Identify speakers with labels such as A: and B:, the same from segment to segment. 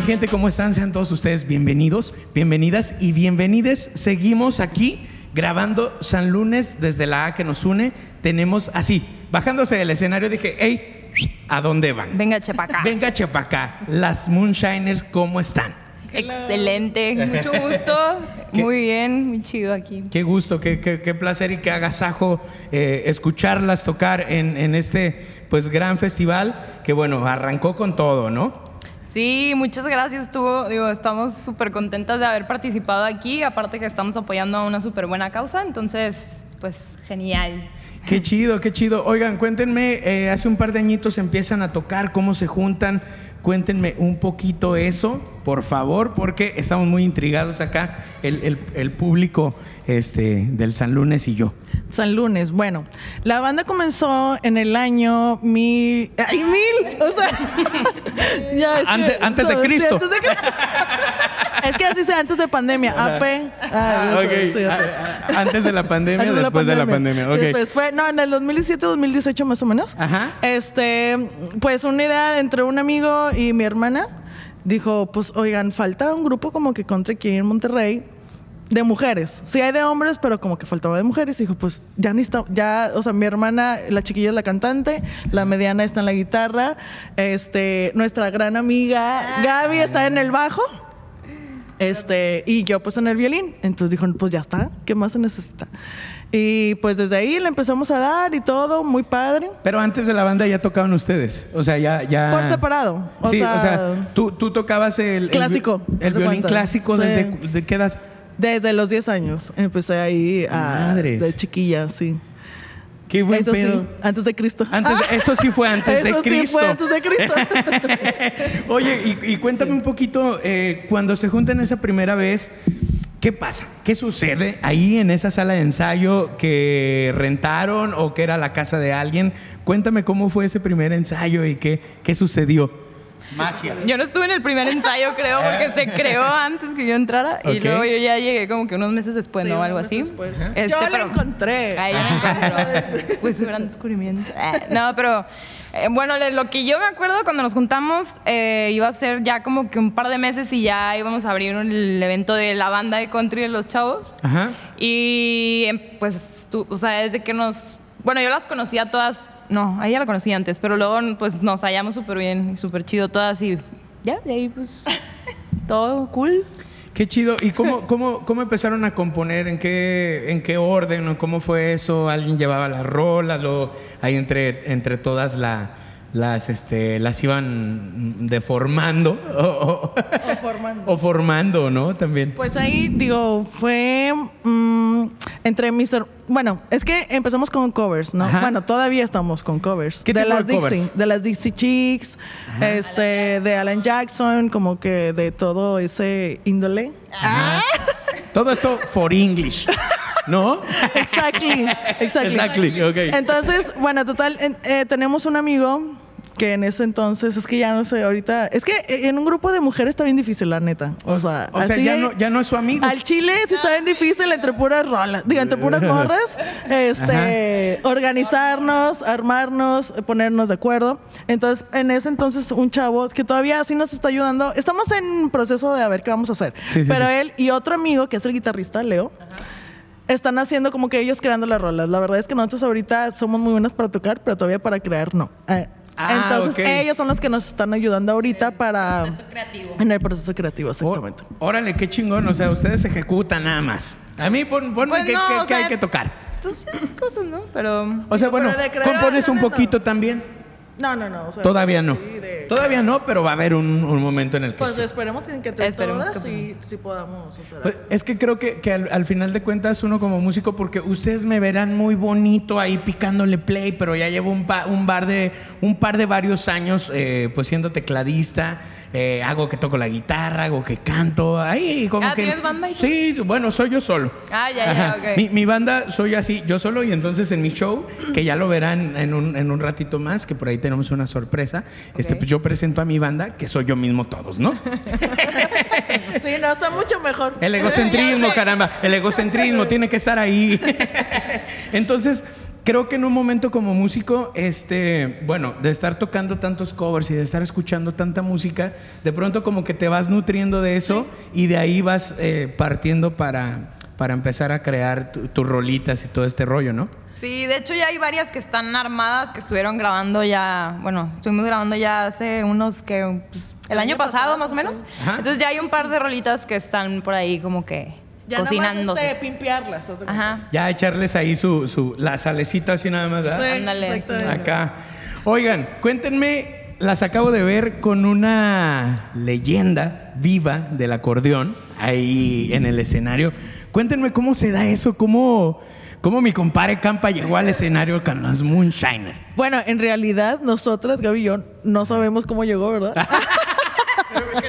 A: gente? ¿Cómo están? Sean todos ustedes bienvenidos, bienvenidas y bienvenides. Seguimos aquí grabando San Lunes desde la A que nos une. Tenemos así, bajándose del escenario, dije, hey, ¿a dónde van?
B: Venga, Chepacá.
A: Venga, Chepacá, las Moonshiners, ¿cómo están?
B: Excelente, mucho gusto.
A: ¿Qué?
B: Muy bien, muy chido aquí.
A: Qué gusto, qué, qué- qué placer y qué agasajo eh, escucharlas tocar en, en este pues gran festival que bueno, arrancó con todo, ¿no?
B: Sí, muchas gracias. Estuvo, digo, estamos súper contentas de haber participado aquí. Aparte que estamos apoyando a una súper buena causa, entonces, pues genial.
A: Qué chido, qué chido. Oigan, cuéntenme, eh, hace un par de añitos empiezan a tocar, cómo se juntan, cuéntenme un poquito eso, por favor, porque estamos muy intrigados acá, el, el- el público este, del San Lunes y yo.
C: San Lunes. Bueno, la banda comenzó en el año mil. ¡Ay, mil! O sea, ya es que-
A: Antes- antes de
C: sí,
A: Cristo.
C: antes de Cristo. es que así sea, antes de pandemia. AP. Ah,
A: Ah,
C: sí,
A: ok.
C: sí, ok.
A: Ah, ah, Antes de la pandemia,
C: Antes
A: después de la pandemia. ok.
C: Después Eh, pues fue, no, en el 2017, 2018 más o menos.
A: Ajá.
C: Este, pues una idea entre un amigo y mi hermana dijo, pues oigan, falta un grupo como que contra aquí en Monterrey de mujeres. Sí hay de hombres, pero como que faltaba de mujeres. Dijo, pues ya necesito, ya, o sea, mi hermana, la chiquilla es la cantante, la mediana está en la guitarra, este, nuestra gran amiga Gaby está en el bajo. Este, y yo pues en el violín. Entonces dijo, pues ya está, ¿qué más se necesita? Y pues desde ahí le empezamos a dar y todo, muy padre.
A: Pero antes de la banda ya tocaban ustedes. O sea, ya. ya...
C: Por separado, o
A: Ah. sí, o sea,
C: sea,
A: tú, tú tocabas el. el vi-
C: Clásico,
A: El,
C: haz de
A: violín
C: cuenta.
A: clásico
C: Sí.
A: desde cu- de qué edad.
C: Desde los 10 años empecé ahí a,
A: Madres.
C: de chiquilla, sí.
A: Qué buen
C: Eso
A: pedo.
C: sí, antes de Cristo.
A: Antes,
C: Ah,
A: Eso sí fue antes de
C: eso sí
A: Cristo.
C: fue antes de Cristo.
A: Oye, y, y cuéntame un poquito, eh, cuando se juntan esa primera vez, ¿qué pasa? ¿Qué sucede ahí en esa sala de ensayo que rentaron o que era la casa de alguien? Cuéntame cómo fue ese primer ensayo y qué, qué sucedió. Magia.
B: Yo no estuve en el primer ensayo, creo, porque se creó antes que yo entrara. Y
A: Ok.
B: luego yo ya llegué como que unos meses después,
C: Sí,
B: ¿no?
C: unos
B: Algo
C: meses
B: así.
C: después.
B: Este,
C: Yo la
B: pero-
C: encontré.
B: Ahí la encontró. Pues un gran descubrimiento. Ah, No, pero eh, bueno, de lo que yo me acuerdo cuando nos juntamos eh, iba a ser ya como que un par de meses y ya íbamos a abrir un- el evento de la banda de country de los chavos.
A: Ajá.
B: Y em, pues tú, o sea, desde que nos. Bueno, yo las conocía todas. No, a ella la conocí antes, pero luego pues nos hallamos súper bien y súper chido todas y ya, de ahí pues todo cool.
A: Qué chido. ¿Y cómo, cómo, cómo empezaron a componer? ¿En qué, en qué orden? ¿O ¿Cómo fue eso? ¿Alguien llevaba las rolas? Lo, ahí entre, entre todas la- las, este, las iban mm, deformando o, o-
C: O formando.
A: o formando, ¿no? También.
C: Pues ahí, digo, fue mm, entre mis... her- Bueno, es que empezamos con covers, ¿no?
A: Ajá.
C: Bueno, todavía estamos con covers.
A: ¿Qué
C: de
A: tipo de
C: las Dixie,
A: covers?
C: de las Dixie Chicks, este, de Alan Jackson, como que de todo ese índole.
A: Ajá. Todo esto for English, ¿no?
C: Exactly, exactly.
A: Exactly, ok.
C: Entonces, bueno, total, en- eh, tenemos un amigo que en ese entonces, es que ya no sé, ahorita, es que eh, en un grupo de mujeres está bien difícil, la neta. O sea,
A: O sea,
C: así
A: ya
C: de-
A: no, ya no es su amigo.
C: Al chile sí está bien difícil entre puras rolas, digo, entre puras morras, este, organizarnos, armarnos, ponernos de acuerdo. Entonces, en ese entonces, un chavo que todavía sí nos está ayudando, estamos en proceso de a ver qué vamos a hacer,
A: Sí, sí,
C: pero
A: sí.
C: él y otro amigo, que es el guitarrista, Leo, están haciendo como que ellos creando las rolas. La verdad es que nosotros ahorita somos muy buenas para tocar, pero todavía para crear no. Eh,
A: Ah,
C: entonces,
A: ok.
C: ellos son los que nos están ayudando ahorita para... En el proceso creativo,
A: Ó-
C: exactamente.
A: Órale, qué chingón. O sea, ustedes ejecutan nada más. A mí pon, ponme
B: Pues
A: qué-
B: no,
A: qué-
B: o
A: qué
B: sea-
A: hay que tocar.
B: Entonces Pues, cosas, ¿no? Pero
A: O sea,
C: Pero
A: bueno,
C: de crear
A: compones un
C: algo, ¿no?
A: poquito también.
C: No, no, no. o sea,
A: Todavía no.
C: sí, de-
A: Todavía no, pero va a haber un, un momento en el que
C: Pues
A: sí.
C: esperemos que entre
B: Esperemos
C: todas
B: que-
C: sí, sí podamos hacer
A: Pues,
C: algo.
A: es que creo que, que al, al final de cuentas uno como músico, porque ustedes me verán muy bonito ahí picándole play, pero ya llevo un, pa- un, bar de, un par de varios años eh, pues siendo tecladista, eh, hago que toco la guitarra, hago que canto, ahí como
B: Ah,
A: que...
B: ¿tienes banda y todo?
A: sí, bueno, soy yo solo.
B: Ah, ya, ya, ok.
A: Mi, mi banda soy así, yo solo, y entonces en mi show, que ya lo verán en un, en un ratito más, que por ahí tenemos una sorpresa, este,
B: Ok.
A: pues yo presento a mi banda, que soy yo mismo todos, ¿no?
C: Sí, no, está mucho mejor.
A: eh, El egocentrismo, caramba. El egocentrismo tiene que estar ahí. Entonces, creo que en un momento como músico, este, bueno, de estar tocando tantos covers y de estar escuchando tanta música, de pronto como que te vas nutriendo de eso y de ahí vas eh, partiendo para, para empezar a crear tu- tus rolitas y todo este rollo, ¿no?
B: Sí, de hecho ya hay varias que están armadas, que estuvieron grabando ya, bueno, estuvimos grabando ya hace unos que, pues, el, año, pasado, más o menos.
A: Ajá.
B: Entonces ya hay un par de rolitas que están por ahí como que
C: Ya nada más
B: cocinándose.
C: este, pimpearlas. haz de cuenta.
B: Ajá.
A: Ya echarles ahí su, su la salecita así nada más, ¿verdad?
C: Sí,
B: Ándale,
C: exactamente.
A: Acá. Oigan, cuéntenme, las acabo de ver con una leyenda viva del acordeón ahí en el escenario. Cuéntenme cómo se da eso, cómo, cómo mi compadre Campa llegó al escenario con las Moonshiner.
C: Bueno, en realidad, nosotras, Gaby y yo, no sabemos cómo llegó, ¿verdad?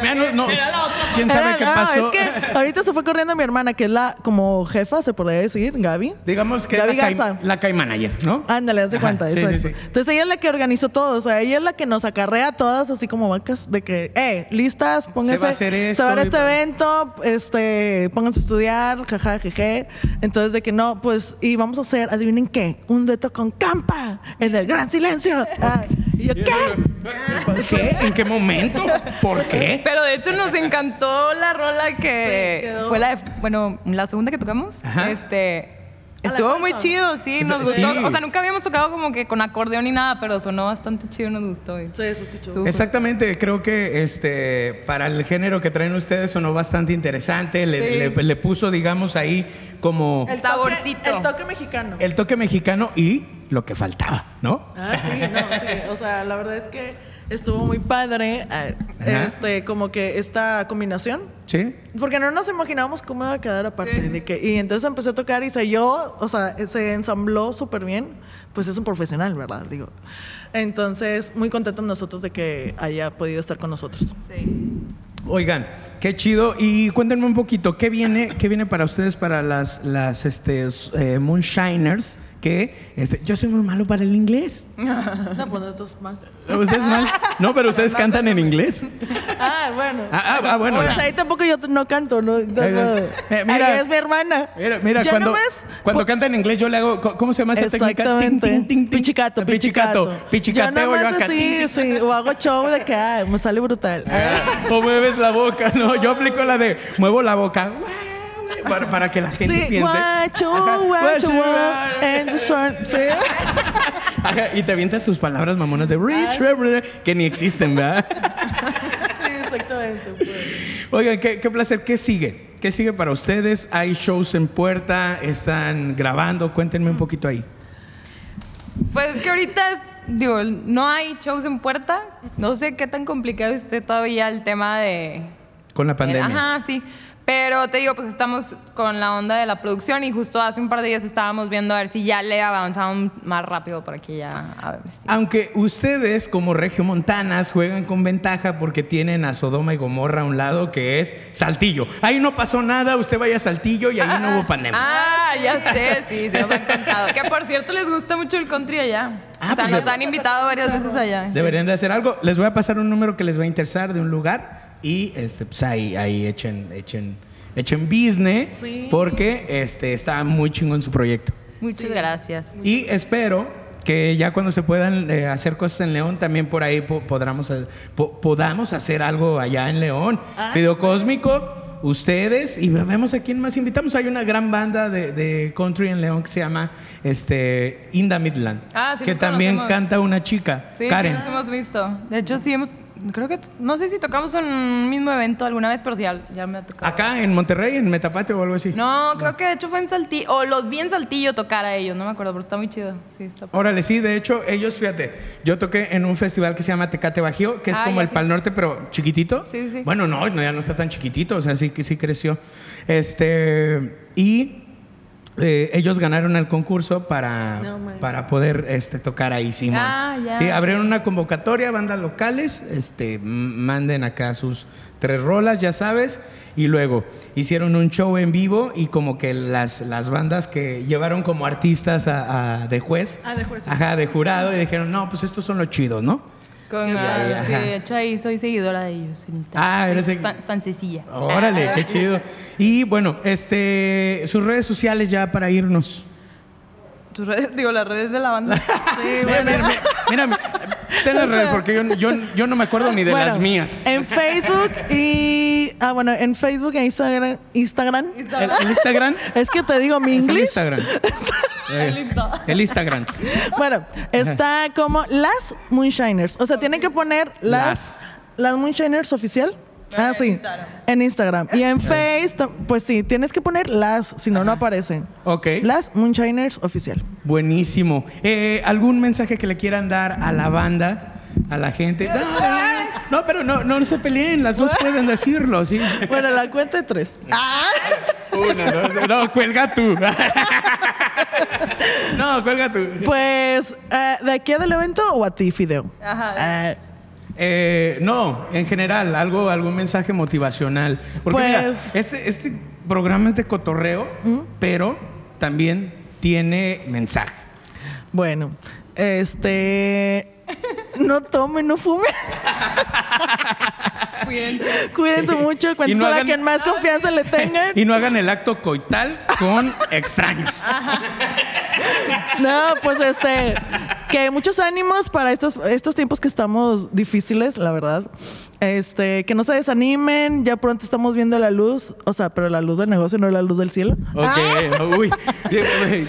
A: Mira, no, no, Ah, ¿Quién sabe
C: Era-
A: qué
C: no,
A: pasó?
C: Es que ahorita se fue corriendo mi hermana, que es la como jefa, se podría decir, Gaby.
A: Digamos que es
C: Gaby
A: la Kai-
C: Garza.
A: la Caimanager, ¿no?
C: Ándale, haz de
A: Ajá,
C: cuenta.
A: sí,
C: exacto.
A: sí, sí.
C: Entonces ella es la que organizó todo, o sea, ella es la que nos acarrea a todas así como vacas de que, eh, listas, pónganse,
A: Se va a hacer esto,
C: se va a dar este
A: y-
C: evento, este, pónganse a estudiar, jaja, jeje. Entonces de que no, pues, y vamos a hacer, adivinen qué, un dueto con Campa, el del gran silencio. Ay, y yo, ¿qué?
A: ¿Qué? ¿En qué momento? ¿Por qué?
B: Pero de hecho nos encantó la rola
C: Sí,
B: que
C: quedó.
B: fue la, de- bueno, la segunda que tocamos.
A: Ajá.
B: Este
C: A la
B: estuvo muy
C: fuerza.
B: chido, sí,
A: Esa-
B: nos gustó.
A: sí.
B: O sea, nunca habíamos tocado como que con acordeón ni nada, pero sonó bastante chido, nos gustó. y-
C: Sí, eso escuchó.
B: Tú.
A: Exactamente, creo que este para el género que traen ustedes sonó bastante interesante. Le,
B: Sí.
A: le- le puso, digamos, ahí como
C: El toque-
B: Saborcito.
C: el toque mexicano.
A: el toque mexicano y lo que faltaba, ¿no?
C: Ah, sí, no, sí. O sea, la verdad es que estuvo muy padre, eh,
A: Ajá.
C: este, como que esta combinación.
A: Sí.
C: Porque no nos imaginábamos cómo iba a quedar aparte.
B: Sí.
C: De que, y entonces empecé a tocar y se yo, o sea, se ensambló súper bien. Pues es un profesional, ¿verdad? Digo. Entonces, muy contentos nosotros de que haya podido estar con nosotros.
B: Sí.
A: Oigan, qué chido. Y cuéntenme un poquito, ¿qué viene, qué viene para ustedes para las, las este, s- eh, Moonshiners? Que este, yo soy muy malo para el inglés.
C: No, pues estos más.
A: Ustedes mal. No, pero ustedes cantan en inglés.
C: Ah, bueno.
A: Ah, ah, ah, bueno.
C: Pues ahí tampoco yo no canto, ¿no?
A: Eh, eh, mira.
C: Ahí es mi hermana.
A: Mira, mira,
C: ¿Ya
A: cuando,
C: no ves?
A: cuando canta en inglés yo le hago, co- ¿cómo se llama esa técnica? Tin,
C: Exactamente.
A: tin, tin, tin.
C: Pichicato, pichicato.
A: Pichicato. Pichicateo
C: yo
A: yo,
C: nomás
A: acá. tin,
C: así,
A: tin.
C: sí, o hago show de que ay, me sale brutal.
A: Ah, O mueves la boca, no, yo aplico la de muevo la boca. Para, para que la gente
C: Sí,
A: piense.
C: guacho,
A: Ajá.
C: guacho, guacho, and the
A: guacho.
C: sun. Sí.
A: Ajá, y te avientas sus palabras mamonas de rich, re, re, re, que ni existen, ¿verdad?
C: Sí, exactamente. pues.
A: Oigan, qué, qué placer. ¿Qué sigue? ¿Qué sigue para ustedes? ¿Hay shows en puerta? ¿Están grabando? Cuéntenme un poquito ahí.
B: Pues es que ahorita, digo, no hay shows en puerta. No sé qué tan complicado esté todavía el tema de...
A: Con la pandemia.
B: Ajá, sí. Pero te digo, pues estamos con la onda de la producción y justo hace un par de días estábamos viendo a ver si ya le avanzaban más rápido por aquí ya. A ver si-
A: Aunque ustedes como regiomontanas juegan con ventaja porque tienen a Sodoma y Gomorra a un lado que es Saltillo. Ahí no pasó nada, usted vaya a Saltillo y ahí no hubo pandemia.
B: Ah, ya sé, sí, se nos han contado. Que por cierto les gusta mucho el country allá.
A: Ah,
B: o sea,
A: pues
B: nos
A: ya-
B: han invitado varias veces allá.
A: Deberían de hacer algo. Les voy a pasar un número que les va a interesar de un lugar y este, pues ahí, ahí echen, echen, echen business
C: Sí.
A: porque este, está muy chingón su proyecto.
B: Muchas gracias.
A: Y espero que ya cuando se puedan eh, hacer cosas en León, también por ahí po- podramos, ha- po- podamos hacer algo allá en León.
C: Ah,
A: Video Cósmico, ustedes, y vemos a quién más invitamos. Hay una gran banda de, de country en León que se llama este, Inda Midland,
B: Ah, sí,
A: que
B: los
A: también
B: conocemos.
A: canta una chica,
B: Sí,
A: Karen.
B: sí los hemos visto. De hecho, sí hemos. Creo que. t- No sé si tocamos en un mismo evento alguna vez, pero sí, ya, ya me ha tocado.
A: Acá en Monterrey, en Metapatio o algo así.
B: No, creo que de hecho fue en Saltillo. O los vi en Saltillo tocar a ellos, no me acuerdo, pero está muy chido. Sí, está
A: Órale, sí, de hecho, ellos, fíjate, yo toqué en un festival que se llama Tecate Bajío, que es
B: Ah,
A: como
B: ya
A: el
B: sí.
A: Pal Norte, pero chiquitito.
B: Sí, sí.
A: Bueno, no, no, ya no está tan chiquitito, o sea, sí que sí creció. Este, y eh, ellos ganaron el concurso para,
C: No manches.
A: para poder este, tocar ahí, Simón.
B: Ah, ya.
A: Sí, abrieron una convocatoria, bandas locales, este, m- manden acá sus tres rolas, ya sabes. Y luego hicieron un show en vivo y como que las, las bandas que llevaron como artistas a- a- de juez,
C: Ah, de juez.
A: ajá, de jurado, y dijeron, no, pues estos son los chidos, ¿no?
B: Con,
A: Ya, ya,
B: sí,
A: ajá.
B: de hecho ahí soy seguidora de ellos en Instagram.
A: Ah,
B: Soy
A: eres Ah. segu-
B: fan- fancecilla.
C: Ah,
A: Órale, qué chido. Y bueno, este, sus redes sociales ya para irnos.
B: Tus redes, digo, las redes de la banda.
C: Sí,
A: Mira,
C: bueno.
A: mira, mira, mira, mira. Ten las redes porque yo, yo, yo no me acuerdo ni de
C: Bueno, eh,
A: las mías.
C: En Facebook y. Ah, bueno, en Facebook e Instagram. Instagram.
A: ¿El, el Instagram?
C: Es que te digo mi
A: Es el
C: inglés.
A: Instagram. Eh, el Instagram.
C: Bueno, está como las Moonshiners. O sea, tienen que poner las. Las Moonshiners oficial. Ah,
B: en
C: sí.
B: Instagram.
C: En Instagram. Y en Face, tam- pues sí, tienes que poner las, si no, no aparecen.
A: Ok.
C: Las Moonshiners oficial.
A: Buenísimo. Eh, ¿Algún mensaje que le quieran dar a la banda, a la gente? No, no, no, no. No, pero no, no se peleen, las dos pueden decirlo, sí.
C: Bueno, la cuenta de tres.
A: Ah, Una, dos, no, cuelga tú. No, cuelga tú.
C: Pues, ah, ¿de aquí del evento o a ti, Fideo?
B: Ajá.
C: Ah,
A: Eh, no, en general, algo, algún mensaje motivacional. Porque mira,
C: Pues-
A: este, este programa es de cotorreo, pero también tiene mensaje.
C: Bueno, este. No tomen, no fumen.
B: Cuídense.
C: Cuídense mucho. Cuando
A: Y no
C: sea
A: hagan-
C: quien más confianza le tengan.
A: Y no hagan el acto coital con extraños.
C: No, pues este. Que muchos ánimos para estos, estos tiempos que estamos difíciles, la verdad. Este, que no se desanimen. Ya pronto estamos viendo la luz. O sea, pero la luz del negocio, no la luz del cielo.
A: Ok, uy,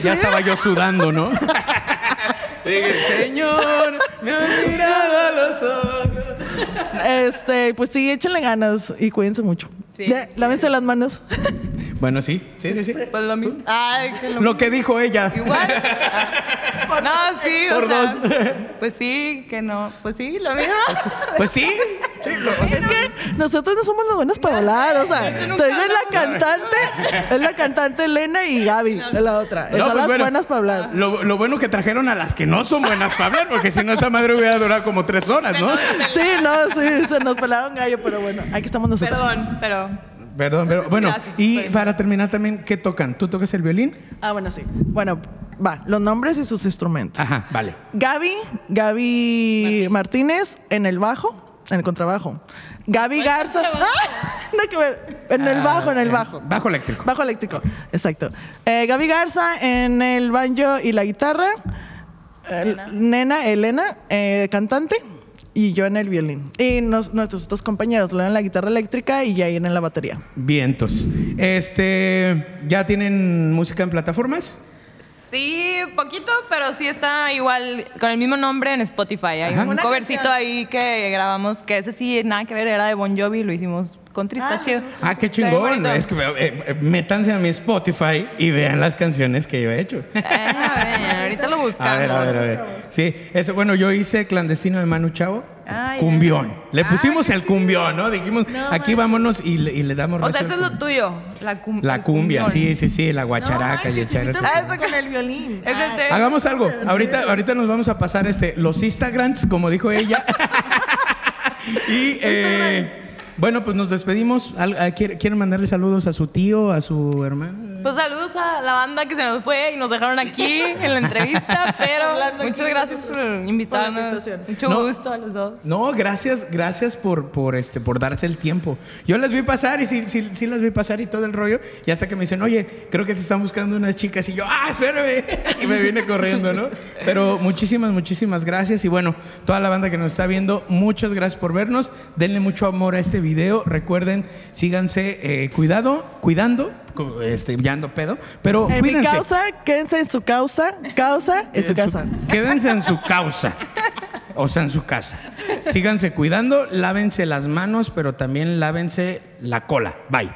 A: ya estaba yo sudando, ¿no? Dije, Señor, me han mirado a los ojos.
C: Este, pues sí, échenle ganas y cuídense mucho.
B: Sí.
C: Ya, lávense las manos.
A: Bueno, sí, sí, sí, sí.
B: Pues lo mismo. Ay, que lo
A: Lo que dijo ella.
B: Igual. Ah. no, sí,
A: por
B: o sea,
A: dos.
B: Pues sí, que no. Pues sí, lo mismo.
A: Pues sí. sí, lo-
C: Es que nosotros no somos las buenas para hablar, o sea,
B: De
C: te
B: hecho,
C: digo,
B: nunca
C: es la
B: hablamos.
C: cantante, es la cantante Elena y Gaby, es la otra.
A: No,
C: Son
A: pues
C: las
A: bueno,
C: buenas para hablar.
A: Lo, lo bueno que trajeron a las que no son buenas para hablar, porque si no, esta madre hubiera durado como tres horas, ¿no?
C: Sí, no, sí, se nos pelaron gallo, pero bueno, aquí estamos nosotros.
B: Perdón, pero.
A: Perdón, pero bueno.
B: Gracias,
A: y
B: bueno.
A: para terminar también, ¿qué tocan? ¿Tú tocas el violín?
C: Ah, bueno, sí. Bueno, va, los nombres y sus instrumentos.
A: Ajá, vale.
C: Gaby, Gaby Martínez en el bajo, en el contrabajo. Gaby Garza. ¡Ah! Nada que ver. En el
A: Ah,
C: bajo, en el
A: eh,
C: bajo.
A: bajo eléctrico.
C: Bajo eléctrico, exacto. Eh, Gaby Garza en el banjo y la guitarra. El-
B: Elena.
C: nena, Elena, eh, cantante. Y yo en el violín. Y nos- nuestros dos compañeros, Leo en la guitarra eléctrica y Jair en la batería.
A: Vientos. Este, ¿ya tienen música en plataformas?
B: Sí, poquito, pero sí está igual, con el mismo nombre en Spotify. Hay
A: Ajá.
B: un
A: Una
B: covercito
C: canción.
B: ahí que grabamos, que ese sí, nada que ver, era de Bon Jovi, lo hicimos con Trista,
C: Ah,
B: chido.
A: Ah, qué
B: Está bien
A: chingón.
B: bonito.
A: Es que eh, eh, métanse a mi Spotify y vean las canciones que yo he hecho.
B: Eh, a ver, ahorita lo buscamos.
A: A ver, a ver, a ver. Sí, eso, bueno, yo hice clandestino de Manu Chao.
B: Ay,
A: cumbión. Le
B: ay, Ah,
A: pusimos
B: qué
A: el cumbión, ¿no? Dijimos, aquí vámonos y le, y le damos
B: O sea,
A: recio
B: eso
A: al
B: es lo
A: cumbión.
B: tuyo. La, cum-
A: La
B: el
A: cumbia,
B: cumbión.
A: sí, sí, sí, la guacharaca y
C: manches,
A: echar el
C: invítame.
B: Ah,
A: cumbión.
B: esto con el violín. Es
C: Ah.
B: este.
A: Hagamos algo. Ahorita, ahorita nos vamos a pasar este, los Instagrams, como dijo ella. y eh, bueno, pues nos despedimos. Al- a- ¿quiere- ¿Quieren mandarle saludos a su tío, a su hermano?
B: Pues saludos a la banda que se nos fue y nos dejaron aquí en la entrevista, pero
C: Hablando aquí
B: muchas gracias por invitarnos.
C: invitación.
B: Mucho
A: No.
B: gusto a los dos.
A: No, gracias, gracias por, por, este, por darse el tiempo. Yo las vi pasar y sí, sí, sí las vi pasar y todo el rollo. Y hasta que me dicen, oye, creo que te están buscando unas chicas. Y yo, ah, espérame. Y me vine corriendo, ¿no? Pero muchísimas, muchísimas gracias. Y bueno, toda la banda que nos está viendo, muchas gracias por vernos. Denle mucho amor a este video. Recuerden, síganse eh, cuidado, cuidando. cu- Este, ya ando pedo, pero
C: En mi
A: Ah. cuídense.
C: causa, quédense en su causa, causa en su
A: En su-
C: casa.
A: Quédense en su causa. O sea, en su casa. Síganse cuidando, lávense las manos, pero también lávense la cola. Bye.